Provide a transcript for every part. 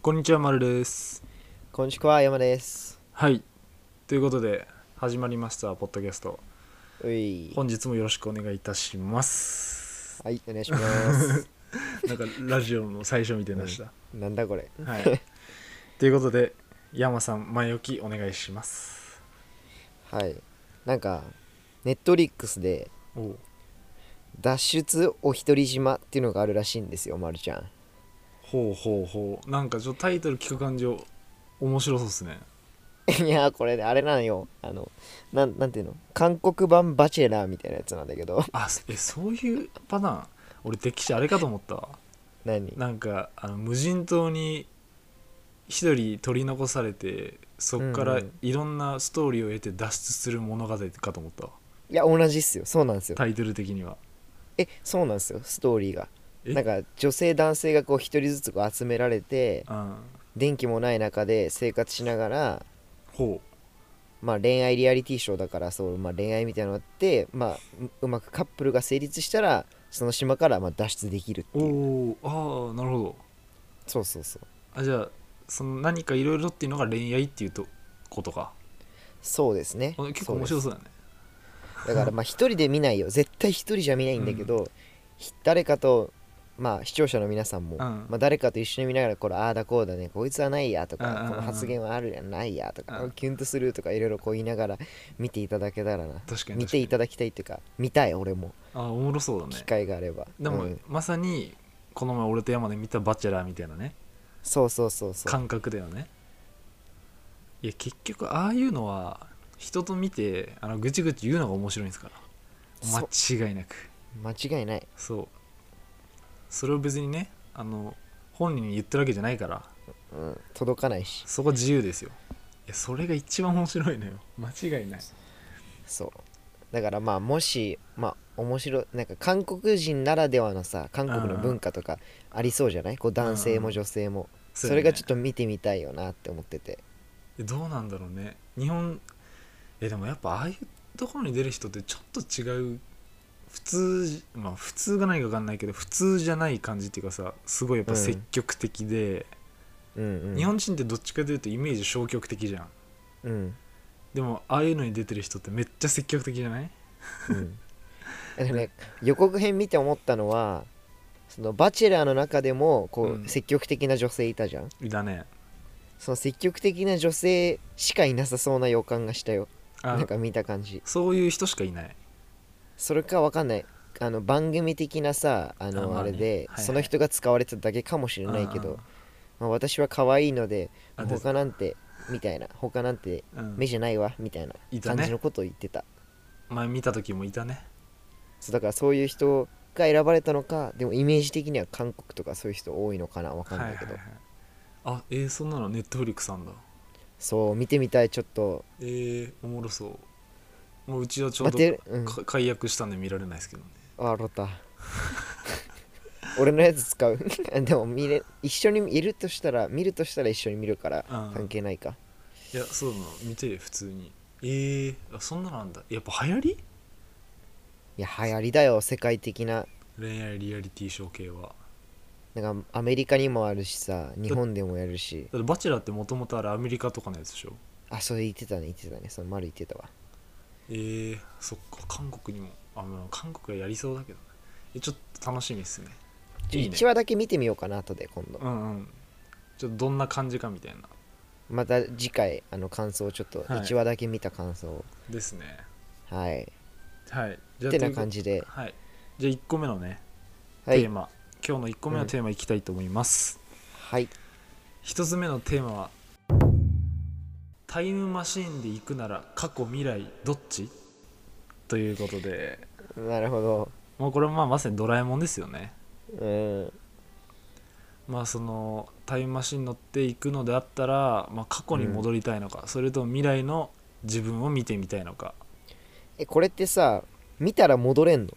こんにちは、まるです。こんにちは、山です。はい。ということで、始まりました、ポッドキャスト。うい。本日もよろしくお願いいたします。はい、お願い します。なんか、ラジオの最初みたいなした。なんだこれ。はい。ということで、山さん、前置きお願いします。はい。なんか、ネットリックスで、おう脱出お一人島っていうのがあるらしいんですよ、まるちゃん。ほうほうほう。なんか、ちょっとタイトル聞く感じ、面白そうですね。 いやー、これ、あれなのよ。あの、なん、なんていうの韓国版バチェラーみたいなやつなんだけど。 あ、え、そういうパターン俺、デッキあれかと思ったわ。何なんかあの無人島に一人取り残されてそっかうんらうんいろんなストーリーを得て脱出する物語かと思ったわいや、同じっすよ。そうなんですよ。タイトル的にはえ、そうなんですよ、ストーリーが。えなんか、女性、男性がこう、一人ずつこう集められて、うん電気もない中で生活しながら、ほまあ、恋愛リアリティショーだからそう、まあ、恋愛みたいなのあって、まあ、ううまくカップルが成立したらその島からまあ脱出できるってういうおおああなるほどそうそうそうあじゃあその何かいろいろっていうのが恋愛っていうとことかそうですねあ結構面白そそうだねうですだからまあ一人で見ないよ絶対一人じゃ見ないんだけど、ひ誰かとまあ視聴者の皆さんも、んまあ、誰かと一緒に見ながらこれああだこうだねこいつはないやとうんうんうかんこの発言はあるやんないやとうかんキュンとするとかいろいろこう言いながら見ていただけたらな確かに確見かてにいただきたいというか見たい俺もあーおもろそうだね機会があれば、でも、うんまさにこの前俺と山で見た「バチェラー」みたいなねそうそうそうそう感覚だよねいや結局ああいうのは人と見てあのぐちぐち言うのが面白いんですからそう間違いなく間違いないそうそれを別にねあの本人に言ってるわけじゃないからうん、届かないしそこ自由ですよいやそれが一番面白いのよ間違いないそうだからまあもしまあ面白いなんか韓国人ならではのさ韓国の文化とかありそうじゃないこう男性も女性もそうそれだよがねちょっと見てみたいよなって思っててえどうなんだろうね日本えでもやっぱああいうところに出る人ってちょっと違う普通じまあ普通がないか分かんないけど普通じゃない感じっていうかさすごいやっぱ積極的で、うんうん日本人ってどっちかというとイメージ消極的じゃんうんでもああいうのに出てる人ってめっちゃ積極的じゃないうんだからね予告編見て思ったのはそのバチェラーの中でもこうんう積極的な女性いたじゃん、だねその積極的な女性しかいなさそうな予感がしたよあなんか見た感じそういう人しかいないそれかわかんないあの番組的なさああのまああねれではいはいその人が使われてただけかもしれないけど、まあ、私は可愛いのであで他なんてみたいな他なんてうんうん目じゃないわみたいないた感じねのことを言ってた前見た時もいたねそうだからそういう人が選ばれたのかでもイメージ的には韓国とかそういう人多いのかなわかんないけはいど、はいはいあえー、そんなのネットフリックスなんだそう見てみたいちょっとえー、おもろそうもううちはちょう待どってうんか解約したんで見られないですけどねあロタ俺のやつ使う でも見れ一緒にいるとしたら見るとしたら一緒に見るからうん関係ないかいやそうなの見て普通にえー、あそんなのなんだやっぱ流行りいや流行りだよ世界的な恋愛リアリティショー系はなんかアメリカにもあるしさ日本でもやるしだってバチェラーってもともとあれアメリカとかのやつでしょあそれ言ってたね言ってたねその丸言ってたわえー、そっか韓国にもあまあ韓国はやりそうだけどねえちょっと楽しみですねちょいいね1話だけ見てみようかな後で今度うんうんちょっとどんな感じかみたいなまた次回あの感想をちょっとはい1話だけ見た感想をですねはい、はいじってな感じといでうことはいじゃあ1個目のね、はテーい、マ今日の1個目のテーマいきたいと思います、はい、一つ目のテーマはタイムマシーンで行くなら過去未来どっちということでなるほどもうこれはまあまさにドラえもんですよねうんまあそのタイムマシン乗っていくのであったら、まあ、過去に戻りたいのか、それとも未来の自分を見てみたいのかえこれってさ見たら戻れんの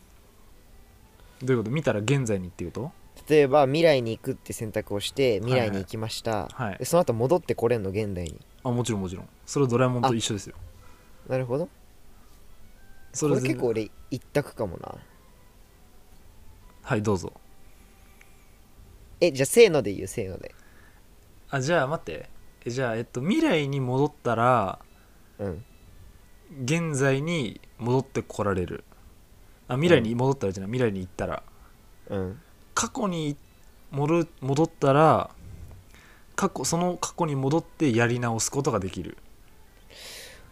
どういうこと見たら現在にっていうこと例えば未来に行くって選択をして未来に行きました、はいでその後戻ってこれんの現代にあもちろんもちろんそれはドラえもんと一緒ですよなるほどそれこはれ全結然構俺一択かもなはいどうぞえじゃあせーので言うせーのであじゃあ待ってえじゃあえっと未来に戻ったらうん現在に戻ってこられるあ未来に戻ったらじゃない、未来に行ったらうん過去に戻る戻ったら過去その過去に戻ってやり直すことができる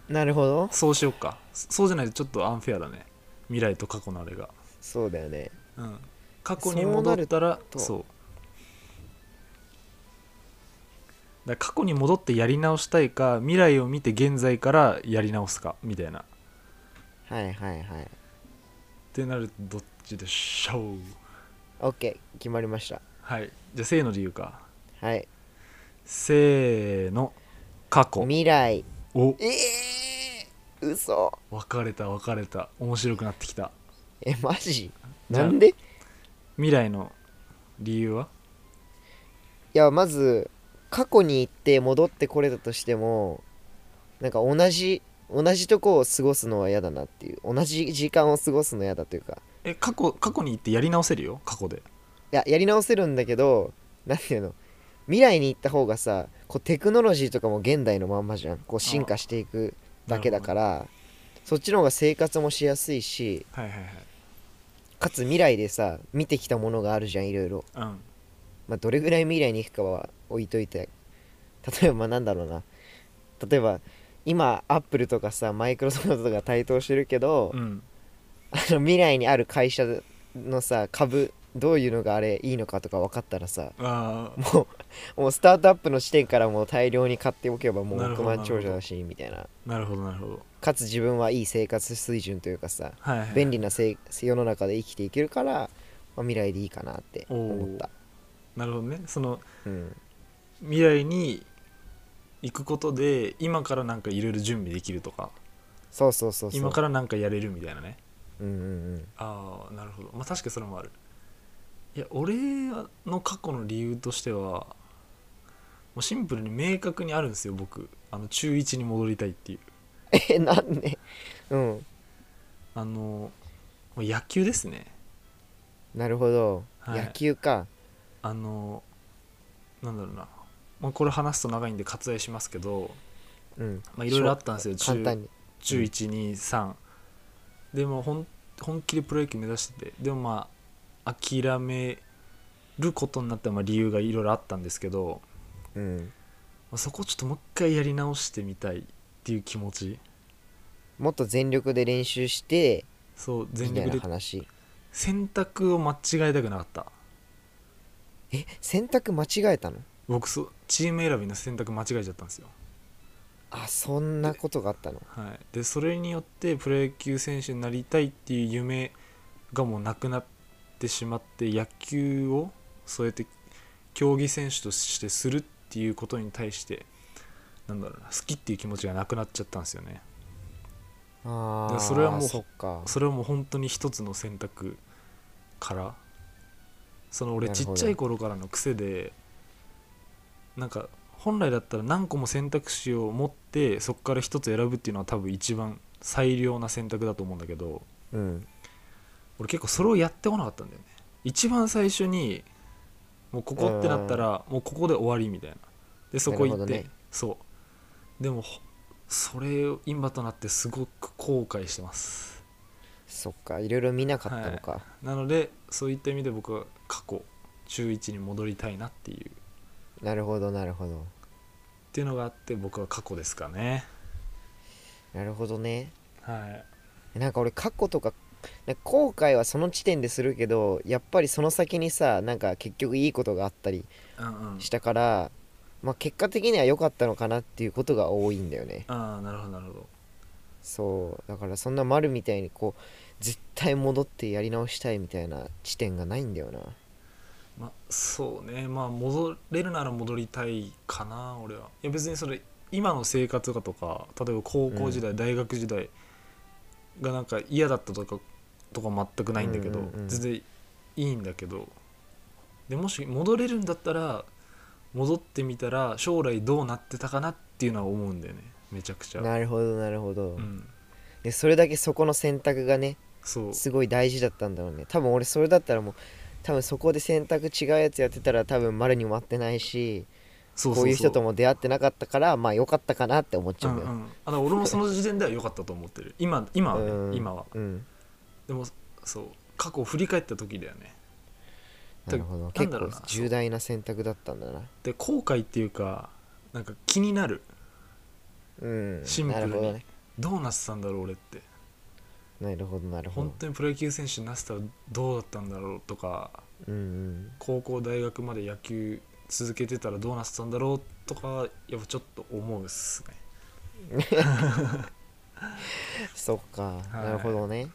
なるほどそうしよっかそそうじゃないとちょっとアンフェアだね未来と過去のあれが、そうだよねうん、過去に戻ったらとそうだから過去に戻ってやり直したいか未来を見て現在からやり直すかみたいなっはいはいはいてなるとどっちでしょう OK 決まりましたはいじゃあせーので言うかはいせーの過去未来おええー、嘘分かれた分かれた面白くなってきたえマジじゃあなんでい未来の理由はやまず過去に行って戻ってこれたとしてもなんか同じ同じとこを過ごすのは嫌だなっていう同じ時間を過ごすの嫌だというかえ過去過去に行ってやり直せるよ過去でいややり直せるんだけどなんていうの未来に行った方がさこうテクノロジーとかも現代のまんまじゃんこう進化していくだけだからそっちの方が生活もしやすいしはいはいはいかつ未来でさ見てきたものがあるじゃんいろいろうんまあ、どれぐらい未来に行くかは置いといて例えばまあなんだろうな例えば今アップルとかさマイクロソフトとか台頭してるけど、うんあの未来にある会社のさ株どういうのがあれいいのかとか分かったらさあ ーもうもうスタートアップの視点からもう大量に買っておけばもうなる億ほど万長者だしみたいななるほどなるほどかつ自分はいい生活水準というかさはいはい便利なせい世の中で生きていけるから、まあ、未来でいいかなって思った、なるほどねそのうん、未来に行くことで今からなんかいろいろ準備できるとかそうそうそうそう今からなんかやれるみたいなねうんうんうん ああなるほどまあ確かにそれもあるいや俺の過去の理由としてはもうシンプルに明確にあるんですよ僕あの中1に戻りたいっていうえなんでうんあのまあ野球ですねなるほど、はい野球かあのなんだろうな、まあ、これ話すと長いんで割愛しますけどうんまあいろいろあったんですよしょ中簡単に中123でもほん本気でプロ野球目指しててでもまあ諦めることになったまあ理由がいろいろあったんですけど、うんまあそこちょっともう一回やり直してみたいっていう気持ちもっと全力で練習してそうみ全たい力なで話選択を間違えたくなかったえ選択間違えたの僕そうチーム選びの選択間違えちゃったんですよ、あそんなことがあったのはい、でそれによってプロ野球選手になりたいっていう夢がもうなくなってしまって野球をそうやって競技選手としてするっていうことに対してなんだろうな好きっていう気持ちがなくなっちゃったんですよねあーでそれはもうそっかそれはもう本当に一つの選択からその俺なるちほっどちゃい頃からの癖でなんか本来だったら何個も選択肢を持ってそこから一つ選ぶっていうのは多分一番最良な選択だと思うんだけどうん俺結構それをやってこなかったんだよね一番最初にもうここってなったらもうここで終わりみたいなでそこ行なっるて、ほどねそうでもほそれを今となってすごく後悔してますそっかいろいろ見なかったのか、なのでそういった意味で僕は過去中1に戻りたいなっていうっなるほどなるほどていうのがあって僕は過去ですかねなるほどねはいなんか俺過去とかなんか後悔はその時点でするけどやっぱりその先にさなんか結局いいことがあったりうんうんしたから、まあ、結果的には良かったのかなっていうことが多いんだよねああなるほどなるほどそうだからそんな丸みたいにこう絶対戻ってやり直したいみたいな地点がないんだよなまあそうねまあ戻れるなら戻りたいかな俺はいや別にそれ今の生活がとか例えば高校時代、大学時代がなんか嫌だったとかとか全くないんだけど、うんうんうん全然いいんだけどでもし戻れるんだったら戻ってみたら将来どうなってたかなっていうのは思うんだよねめちゃくちゃ、なるほどなるほど、うん、でそれだけそこの選択がねそうすごい大事だったんだろうね多分俺それだったらもう多分そこで選択違うやつやってたら多分丸にも合ってないしそうそうそうこういう人とも出会ってなかったからまあ良かったかなって思っちうゃうんのうよ、ん、あだから俺もその時点では良かったと思ってる今今はね、うん今はうん、でもそう過去を振り返った時だよねなるほどなん結だろう構な重大な選択だったんだなで後悔っていうかなんか気になるうんシンプルになるほどねどうなってたんだろう俺ってなるほどなるほ本ど当にプロ野球選手になってたらどうだったんだろうとかうんうん高校大学まで野球続けてたらどうなってたんだろうとかやっぱちょっと思うっすねそっか、いなるほどね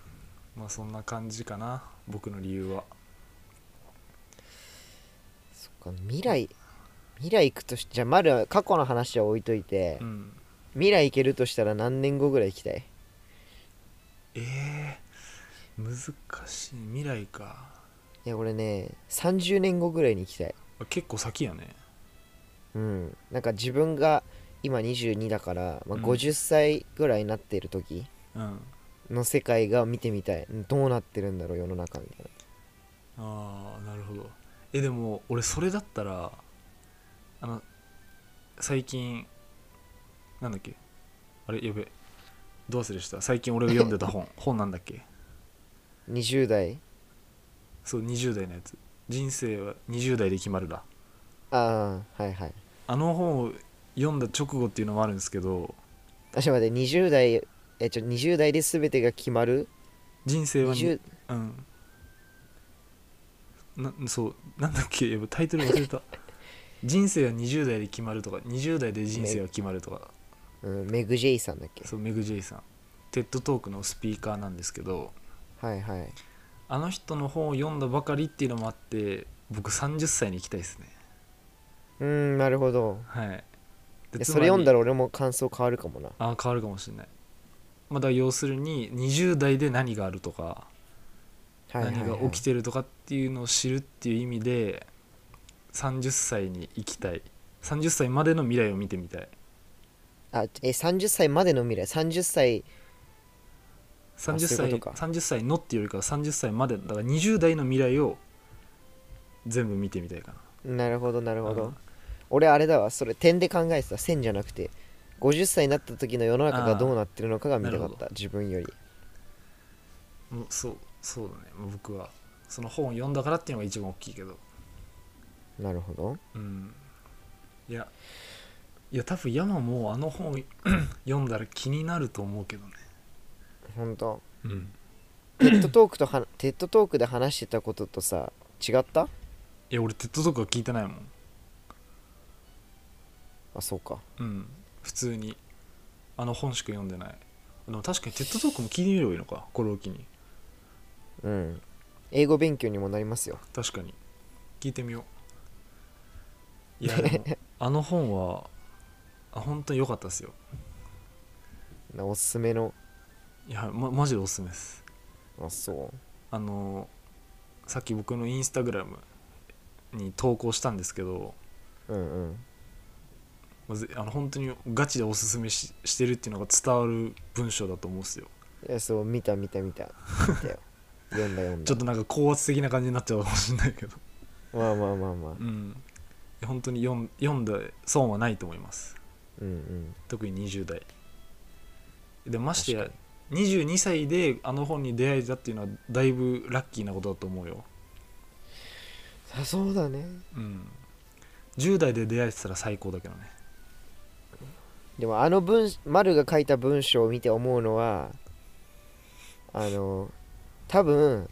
まあそんな感じかな僕の理由はそっか未来未来行くとしじゃあまる過去の話は置いといて、うん未来行けるとしたら何年後ぐらい行きたいええー、難しい未来かいや俺ね30年後ぐらいに行きたい結構先やねうんなんか自分が今22だから、まあ、うん50歳ぐらいになってる時うんの世界が見てみたいどうなってるんだろう世の中みたいああなるほどえでも俺それだったらあの最近なんだっけあれやべどう忘れした最近俺が読んでた本本なんだっけな20代そう20代のやつ人生は20代で決まるだああはいはいあの本を読んだ直後っていうのもあるんですけどあちょっと待って20代えちょ20代で全てが決まる人生はに20うんなそうなんだっけやべタイトル忘れた人生は20代で決まるとか20代で人生は決まるとかうん、メグ・ジェイさんだっけそうメグ・ジェイさん TED トークのスピーカーなんですけどはいはいあの人の本を読んだばかりっていうのもあって僕30歳に行きたいですねうーんなるほどはいいやそれ読んだらら俺も感想変わるかもなあ変わるかもしれないまあだから要するに20代で何があるとかはいはい、はい、何が起きてるとかっていうのを知るっていう意味で30歳に行きたい30歳までの未来を見てみたいあえ30歳までの未来30歳30そう歳いうことか30歳のっていうよりかは30歳までだから20代の未来を全部見てみたいかななるほどなるほど、うん俺あれだわそれ点で考えてた線じゃなくて50歳になった時の世の中あがーどうなってるのかが見たかなるっほた自分よりもうそうそうだねもう僕はその本を読んだからっていうのが一番大きいけどなるほどうんいやいや多分山もあの本 読んだら気になると思うけどね本当うんテッドトークとはテッドトークで話してたこととさ違ったいや俺テッドとか聞いてないもんあそうかうん普通にあの本しか読んでないでも確かにテッドトークも聞いてみればいいのかこれを機にうん英語勉強にもなりますよ確かに聞いてみよういやでも あの本はあ本当に良かったですよなおすすめのいや、ま、マジでおすすめですあそうあのさっき僕のインスタグラムに投稿したんですけどうんうんまずあの本当にガチでおすすめししてるっていうのが伝わる文章だと思うんですよいやそう見た見た見た見 たよ読んだ読んだちょっとなんか高圧的な感じになっちゃうかもしれないけどまあまあまあまあうんいや本当に読ん読んだ損はないと思いますうんうん特に20代でましてや22歳であの本に出会えたっていうのはだいぶラッキーなことだと思うよあそうだねうん10代で出会えてたら最高だけどねでもあの文丸が書いた文章を見て思うのはあの多分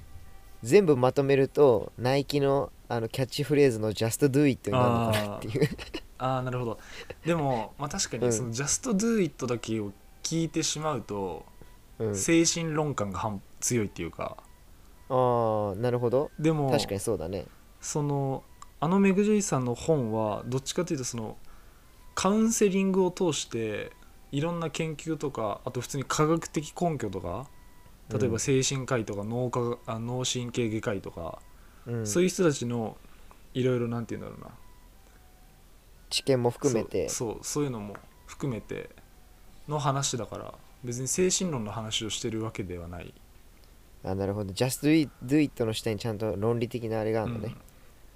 全部まとめるとナイキのあのキャッチフレーズの「Just do it」になるのかなっていうああなるほどでも、まあ、確かうにんその「just do it」だけを聞いてしまうと、うん、精神論感が半強いっていうかああなるほどでも確かにそうだねそのあのメグ・ジェイさんの本はどっちかというとそのカウンセリングを通していろんな研究とかあと普通に科学的根拠とか例えば精神科医とか脳科学あ脳神経外科医とか、うんそういう人たちのいろいろなんて言うんだろうな知見も含めてそうそうそういうのも含めての話だから別に精神論の話をしてるわけではない、あなるほど「Just do it, do it」の下にちゃんと論理的なあれがあるのね、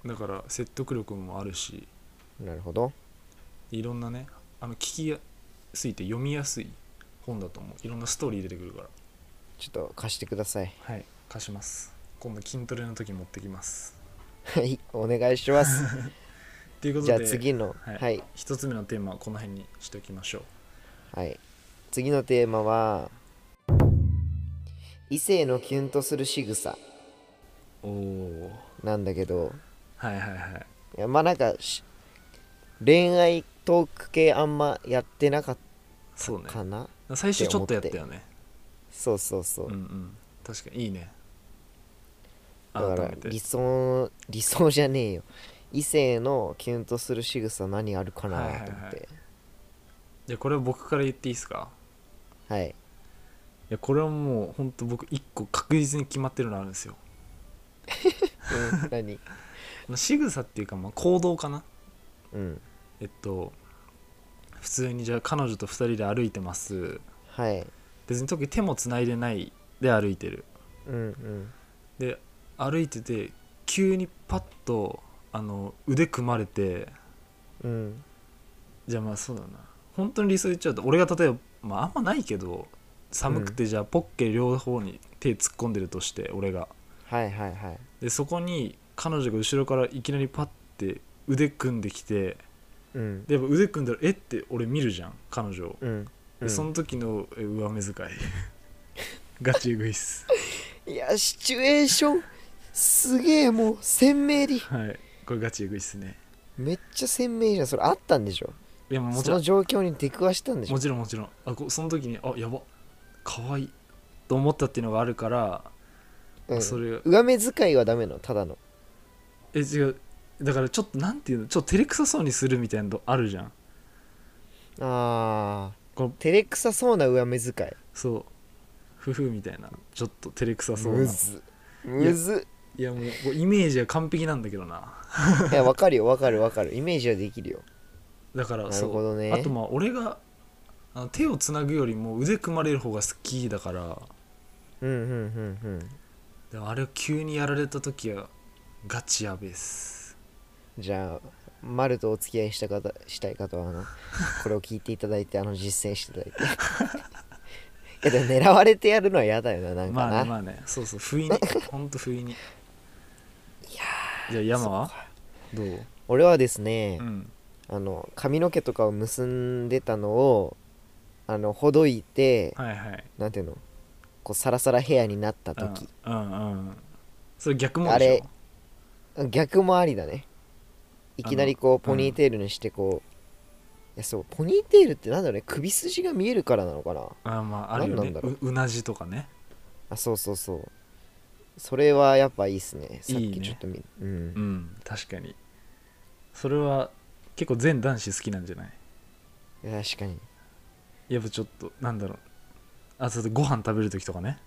うんだから説得力もあるしなるほどいろんなねあの聞きやすいって読みやすい本だと思ういろんなストーリー出てくるからちょっと貸してください はい貸します今度筋トレの時持ってきますはいお願い しますということじゃあで次のはいはい一つ目のテーマはこの辺にしておきましょうはい次のテーマは異性のキュンとする仕草おおなんだけどはいはいはいいやまあなんかし恋愛トーク系あんまやってなかっそうねたかな最初ちょっとやったよねそうそうそう、うんうん確かにいいね改だからめて理想理想じゃねえよ異性のキュンとする仕草何あるかなと思って、はいはいはいじゃあこれは僕から言っていいですかはい。いやこれはもうほんと僕一個確実に決まってるのあるんですようん、 何まあ仕草っていうかまあ行動かなうん。えっと普通にじゃあ彼女と2人で歩いてますはい。別に特に手もつないでないで歩いてるうんうん。で歩いてて急にパッとあの腕組まれてうん。じゃあまあそうだな本当に理想言っちゃうと俺が例えば、まあ、あんまないけど寒くてじゃあポッケ両方に手突っ込んでるとして俺がはいはいはい。でそこに彼女が後ろからいきなりパッて腕組んできてうん。でやっぱ腕組んだらえって俺見るじゃん彼女をうん。うでん、その時のえ上目遣い ガチエグいっすいや、シチュエーション、すげえ、もう、鮮明に。はいこれガチエグいっすねめっちゃ鮮明じゃん。それあったんでしょいやもうもちそろのん状況に出くわしたんでしょもちろんもちろんあこその時にあやばかわいいと思ったっていうのがあるから、うん、それ上目遣いはダメなの、ただの。え違うだからちょっとなんていうのちょっと照れくさそうにするみたいなのあるじゃんあこーの。照れくさそうな上目遣い。そうふふみたいなちょっと照れくさそうむなず。むず。いやもうこうイメージは完璧なんだけどないや、わかるよ、わかるわかる。イメージはできるよ。だからなそるうほどねあとまあ俺があの手をつなぐよりも腕組まれる方が好きだからうんうんうんうん。でもあれを急にやられた時はガチやべえっすじゃあ、マルとお付き合いした方したい方はあの、 これを聞いていただいて、あの実践していただいて。 いやでも狙われてやるのは嫌だよな、なんかな。まあねまあねそうそう不意 にほんと不意にいやじゃあ山はどう俺はですね、うんあの髪の毛とかを結んでたのをあのほどいて、はいはいなんていうのこうサラサラヘアになったうん時、うんうんそれ逆もあでしれょ逆もありだねいきなりこうあのポニーテールにしてこう、いやそうポニーテールってなんだろうね首筋が見えるからなのかなあまああるよね何なんだろううなじとかねあそうそうそうそれはやっぱいいっすねさっいいきねちょっと見うう、んん確かにそれは結構全男子好きなんじゃないいや確かにやっぱちょっとなんだろうあそうそうご飯食べる時とかね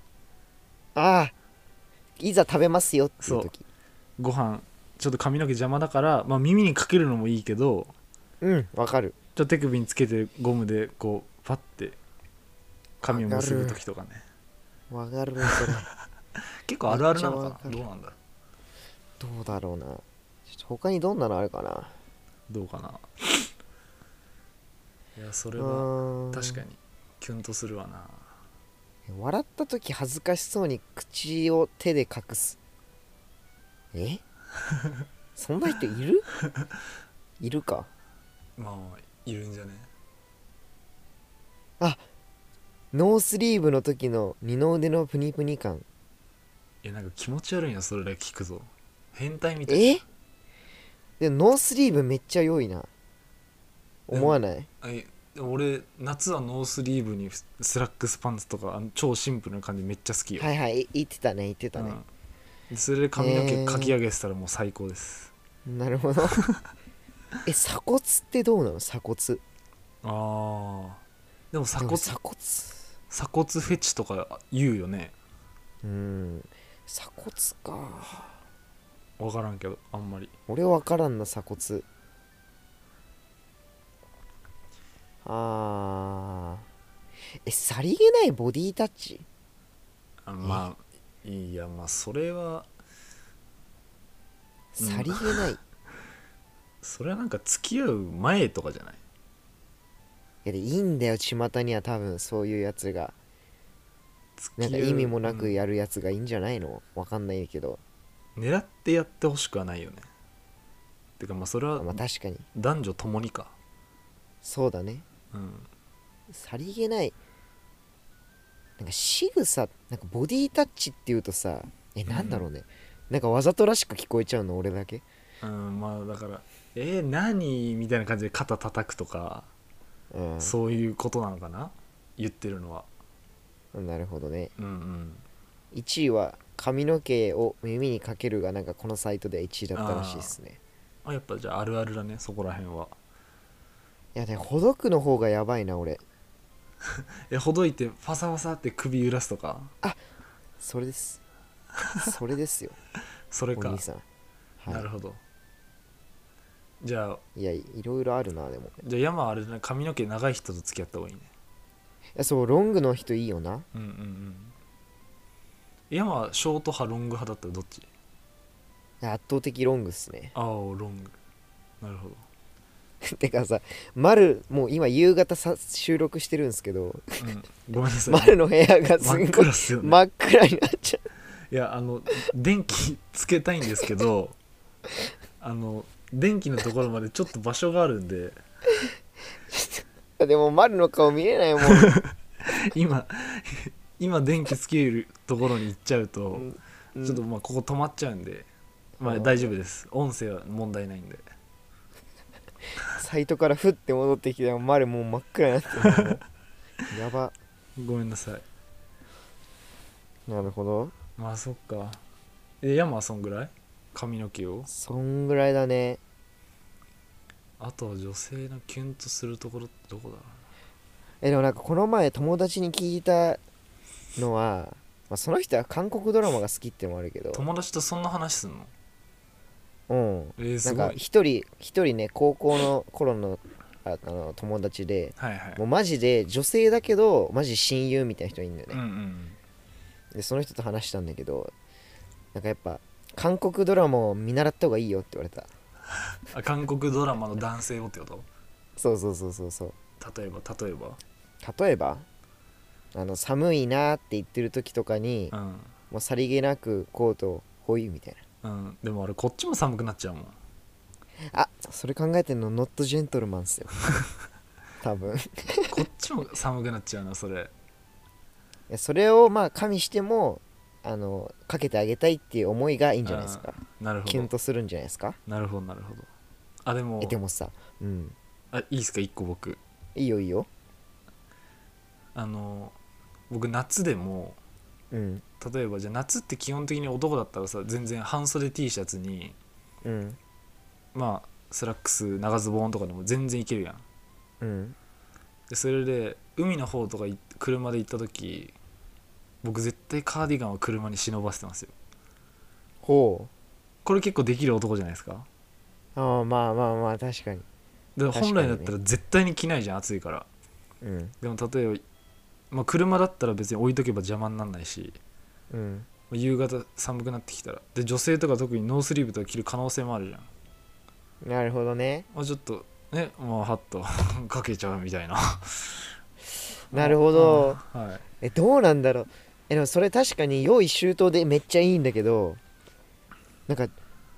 ああいざ食べますよっていう時ご飯ちょっと髪の毛邪魔だから、まあ、耳にかけるのもいいけどうんわかるちょっと手首につけてゴムでこうパッて髪を結ぶ時とかねわかるねそれ結構あるあるなのめっかちなゃわかるどうなんだろどうだろうなちょっと他にどんなのあるか なうどうかないやそれうはーん確かにキュンとするわな笑った時恥ずかしそうに口を手で隠すえそんな人いるいるかまあいるんじゃねノースリーブの時の二の腕のプニプニ感いやなんか気持ち悪いなそれだけ聞くぞ変態みたいえでもノースリーブめっちゃ良いな思わないあい俺夏はノースリーブにススラックスパンツとかあの超シンプルな感じめっちゃ好きよ、はいはい言ってたね言ってたね、うんそれで髪のえ毛ーかき上げてたらもう最高です、なるほどえ鎖骨ってどうなの鎖骨でああでも鎖も骨鎖骨鎖骨フェチとか言うよねうん鎖骨か分からんけどあんまり俺分からんな鎖骨あーえさりげないボディタッチあまあいやまあそれはさりげない、 それはなんか付き合う前とかじゃないやでいいんだよ巷には多分そういうやつが付なんきか合う意味もなうくんやるやつがいいんじゃないのわかんないけど、狙ってやってほしくはないよねてかまあそれはまあ確かに男女ともにかそうだねうんさりげないなんか仕草なんかボディタッチっていうとさえなんだろうね、なんかわざとらしく聞こえちゃうの俺だけうんまあだから「えー、何?」みたいな感じで肩叩くとか、うんそういうことなのかな言ってるのはなるほどねうんうん1位は髪の毛を耳にかけるがなんかこのサイトで1位だったらしいですねあやっぱじゃああるあるだねそこら辺はいやでもほどくの方がやばいな俺えほどいてファサファサって首揺らすとかそれです それですよそれおか、兄さんなるはほどじゃあいいやいろいろあるなでもじゃあ山はあれだね髪の毛長い人と付き合った方がいいねいやそうロングの人いいよなうんうんうん山はショート派ロング派だったらどっちいや圧倒的ロングっすね ああロングなるほど、てかさ丸もう今夕方さ収録してるんですけうどん、ごめんなさい 丸の部屋がすん真っごい暗っすよね、真っ暗になっちゃいやあの電気つけたいんですけど あの電気のところまでちょっと場所があるんでうでも丸の顔見えないもん今今電気つけるところに行っちゃうと、うん ちょっとまあここ止まっちゃうんで、まうあん大丈夫です音声は問題ないんでサイトからふって戻ってきて丸もう真っ暗になってるもう やばごめんなさいなるほどまあそっかえ山はそんぐらい髪の毛をそんぐらいだねあとは女性のキュンとするところってどこだろえでもなんかこの前友達に聞いたのは、まあ、その人は韓国ドラマが好きってのもあるけどう友達とそんな話すんのうんえー、なすんごいか一人一人ね高校の頃のああの友達ではいはいもうマジで女性だけどマジ親友みたいな人がいるんだようんうね、んでその人と話したんだけどなんかやっぱ韓国ドラマを見習った方がいいよって言われたあ韓国ドラマの男性をってことそうそうそうそうそう例えば例えば例えばあの寒いなーって言ってる時とかにうんもうさりげなくコートをほいみたいうん、でもあれこっちも寒くなっちゃうも んなあそれ考えてんのノットジェントルマンっ すよ多分いこっちも寒くなっちゃうなそれやそれをまあ加味してもあのかけてあげたいっていう思いがいいんじゃないですかなるほキュンどとするんじゃないですかなるほどなるほどあでもえでもさうんあいいですか一個僕いいよいいよあの僕夏でもうん例えばじゃあ夏って基本的に男だったらさ全然半袖 T シャツにうんまあスラックス長ズボンとかでも全然いけるやんうんでそれで海の方とかい車で行った時僕絶対カーディガンを車に忍ばせてますよほこれ結構できる男じゃないですかうああまあまあまあ確かにで確かに本ね来だったら絶対に着ないじゃん暑いからうんでも例えば、まあ、車だったら別に置いとけば邪魔にならないしうんまあ夕方寒くなってきたらで女性とか特にノースリーブとか着る可能性もあるじゃん、なるほどねまあ、ちょっとねまあハッと かけちゃうみたいななるほど、うん はいえどうなんだろうえでもそれ確かに用意周到でめっちゃいいんだけどなんか、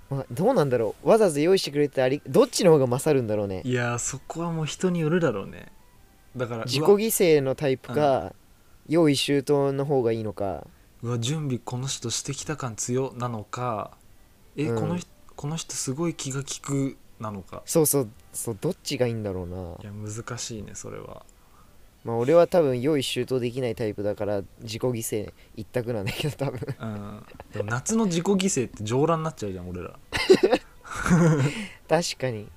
まあ、どうなんだろうわざわざ用意してくれてありどっちの方が勝るんだろうねいやーそこはもう人によるだろうねだから自己うわ犠牲のタイプか、用意周到の方がいいのかうわ準備この人してきた感強なのかえ、うんこの人この人すごい気が利くなのかそうそうそうどっちがいいんだろうなやい難しいねそれはまあ俺は多分用意周到できないタイプだから自己犠牲一択なんだけど多分うんでも夏の自己犠牲って上乱になっちゃうじゃん俺ら確かに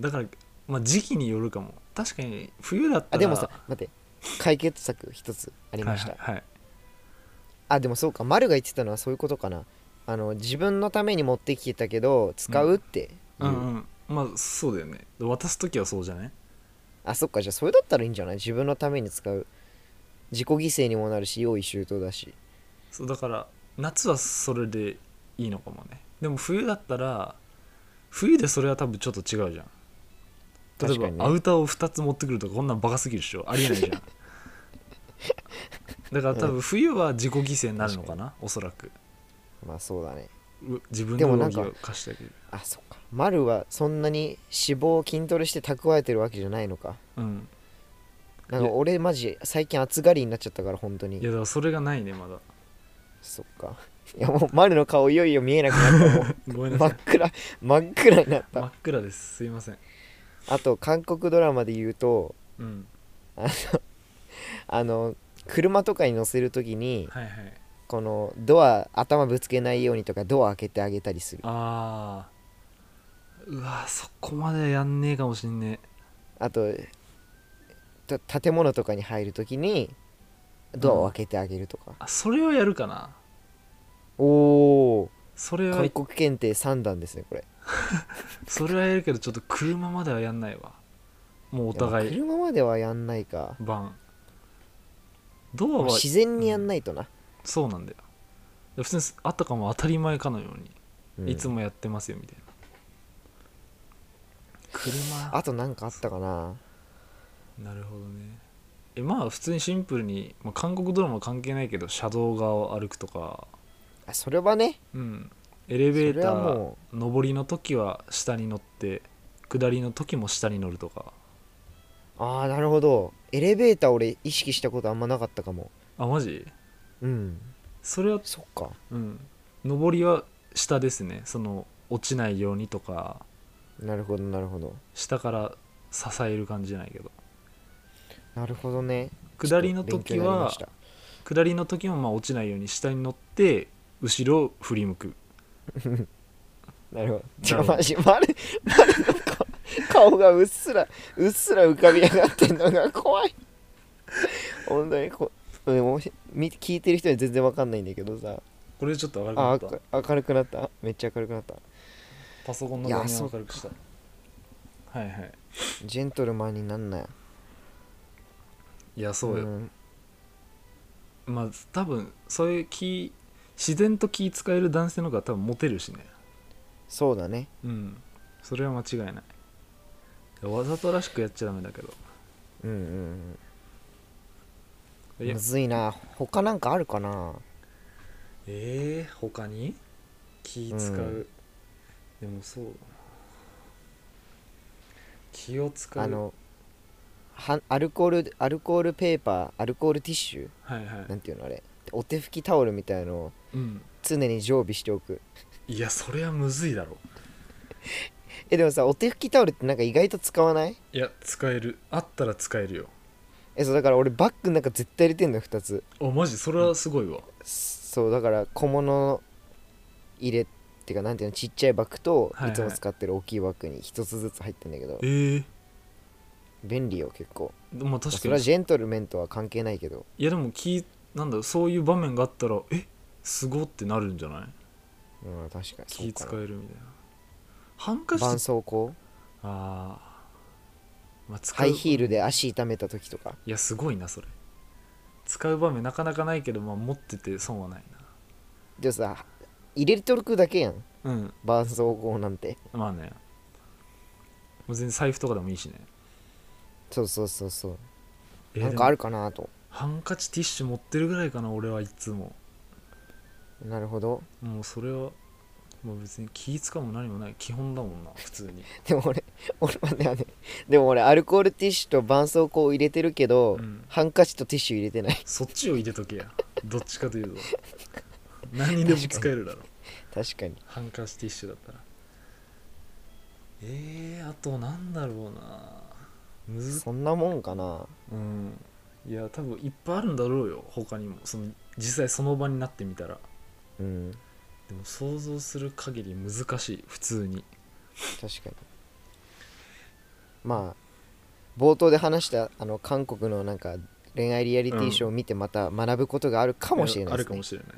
だからまあ時期によるかも確かに冬だったらあでもさ待って解決策一つありました、はいはいはいあでもそうか丸が言ってたのはそういうことかなあの自分のために持ってきてたけど使うっていう、うんうんまあそうだよね渡す時はそうじゃねあそっかじゃあそれだったらいいんじゃない自分のために使う自己犠牲にもなるし用意周到だしそうだから夏はそれでいいのかもねでも冬だったら冬でそれは多分ちょっと違うじゃん例え確かば、にねアウターを2つ持ってくるとかこんなんバカすぎるでしょありえないじゃんだから多分冬は自己犠牲になるのかなおそらくまあそうだねう自分でものな動きんかを貸してあげるあそっか丸はそんなに脂肪を筋トレして蓄えてるわけじゃないのかうんなんかいや俺マジ最近暑がりになっちゃったから本当いやにだからそれがないねまだそっかいやもう丸の顔いよいよ見えなくなったもごめんうなさ真いっ暗真っ暗になっ真たっ暗ですすいませんあと韓国ドラマで言うとうんあの車とかに乗せるときにはいはいこのドア頭ぶつけないようにとかドア開けてあげたりするあーうわそこまでやんねえかもしんねあとた建物とかに入るときにドアを開けてあげるとか、えあそれはやるかなおおそれは韓国検定3段ですねこれそれはやるけどちょっと車まではやんないわもうおいや互い車まではやんないか晩ドアまあは自然にやんないとな、そうなんだよ普通にあったかも当たり前かのように、うんいつもやってますよみたいな車あとなんかあったかななるほどねえまあ普通にシンプルに、まあ、韓国ドラマ関係ないけど車道側を歩くとかあそれはねうんエレベータそれはーも上りの時は下に乗って下りの時も下に乗るとかああなるほどエレベーター俺意識したことあんまなかったかもあマジうんそれはそっかうん上りは下ですねその落ちないようにとかなるほどなるほど下から支える感じじゃないけどなるほどね下りのちょっと時勉強になりまはした下りの時もまあ落ちないように下に乗って後ろを振り向くなるほどなち るょほどマジ丸丸の顔顔がうっすらうっすら浮かび上がってんのが怖い本当にこでもみ聞いてる人に全然わかんないんだけどさこれちょっと明るくなあったあ明るくなっためっちゃ明るくなったパソコンのいや画面そをうか明るくしたはいはいジェントルマンになんなよいやそうよ、んまあ多分そういう気自然と気使える男性の方が多分モテるしねそうだねうんそれは間違いないいやわざとらしくやっちゃダメだけどうんうんいうんやむずいな他なんかあるかなえー、他に気使う、でもそうだな気を使うあのはアルコールアルコールペーパーアルコールティッシュはいはいなんていうのあれお手拭きタオルみたいのをうん常に常備しておくいやそれはむずいだろえでもさお手拭きタオルってなんか意外と使わないいや使えるあったら使えるよえそうだから俺バッグの中絶対入れてんの2つおマジそれはすごいわ、そうだから小物入れっていうかなんていうのちっちゃいバッグとはいはいいつも使ってる大きいバッグに1つずつ入ってんだけど、ええ便利よ結構ー、まあ確そかれはにジェントルメンとは関係ないけどいやでも気なんだろうそういう場面があったらえすごってなるんじゃないうん確かにそう気か使なえるみたいなハンカチ絆創膏あー、まあ、使うハイヒールで足痛めた時とかいやすごいなそれ使う場面なかなかないけど、まあ、持ってて損はないでもさ入れておくだけやんなうん絆創膏なんてまあねもう全然財布とかでもいいしねそうそうそうそう、えーなんかあでもるかなとハンカチティッシュ持ってるぐらいかな俺はいつもなるほどもうそれはもう別に気使うも何もない基本だもんな普通に でも俺俺はねあれでも俺アルコールティッシュと絆創膏を入れてるけど、うんハンカチとティッシュ入れてない そっちを入れとけやどっちかというと何にでも使えるだろ確かにハンカチティッシュだったらえー、あとなんだろうなむずそんなもんかなうんいや多分いっぱいあるんだろうよ他にもその実際その場になってみたらうんでも想像する限り難しい普通に確かにまあ冒頭で話したあの韓国のなんか恋愛リアリティショーを見てまた学ぶことがあるかもしれないあるですかねもしれない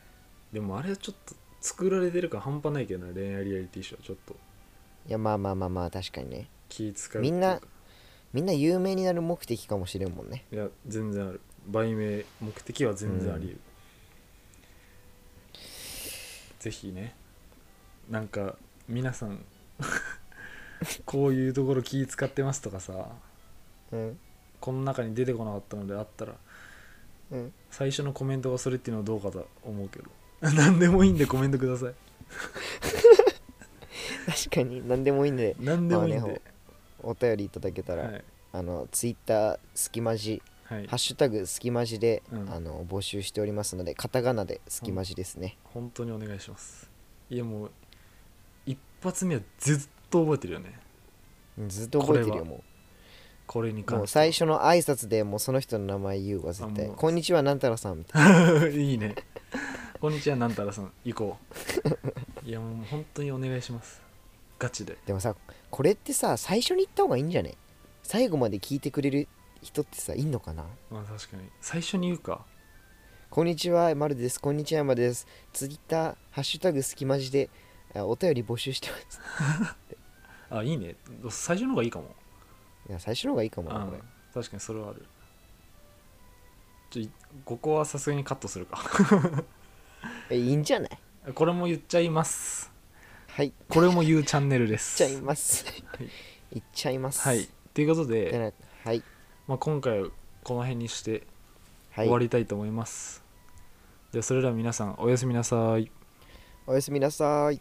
でもあれはちょっと作られてるから半端ないけどな恋愛リアリティショーはちょっといやまあまあまあまあ確かにね気使うみんなっていうかみんな有名になる目的かもしれんもんねいや全然ある売名目的は全然あり得る、ぜひねなんか皆さん こういうところ気使ってますとかさうんこの中に出てこなかったのであったらうん最初のコメントがそれっていうのはどうかと思うけど 何でもいいんでコメントください 確かに何でもいいんで何でもいいんまあでね、お便りいただけたら、はいあのツイッターすきまじはいハッシュタグすきまじで、うんあの募集しておりますのでカタカナですきまじですね、本当にお願いしますいやもう一発目はずっと覚えてるよねずっと覚えてるこれよはもこれにう関もうしては最初の挨拶でもうその人の名前言うわ絶あ対もうこんにちはなんたらさんみたい いいねこんにちはなんたらさん行こういやもう本当にお願いしますガチでなでもさこれってさ最初に言った方がいいんじゃね最後まで聞いてくれる人ってさいんのかなまあ確かに最初に言うかこんにちは、まるです。こんにちは、まるです。ツイッター、ハッシュタグ、すきまじで、あお便り募集してます。 あいいね最初の方がいいかもいや、最初の方がいいかもな、うこんれ。確かにそれはあるちょいここはさすがにカットするか え、いいんじゃないこれも言っちゃいます はい、いっこれも言うチャンネルでちすゃいます。いいっちゃいます。はいということてで、なはい。まあ、今回はこの辺にしてはい。終わりたいと思います、ではそれでは皆さんおやすみなさいおやすみなさい。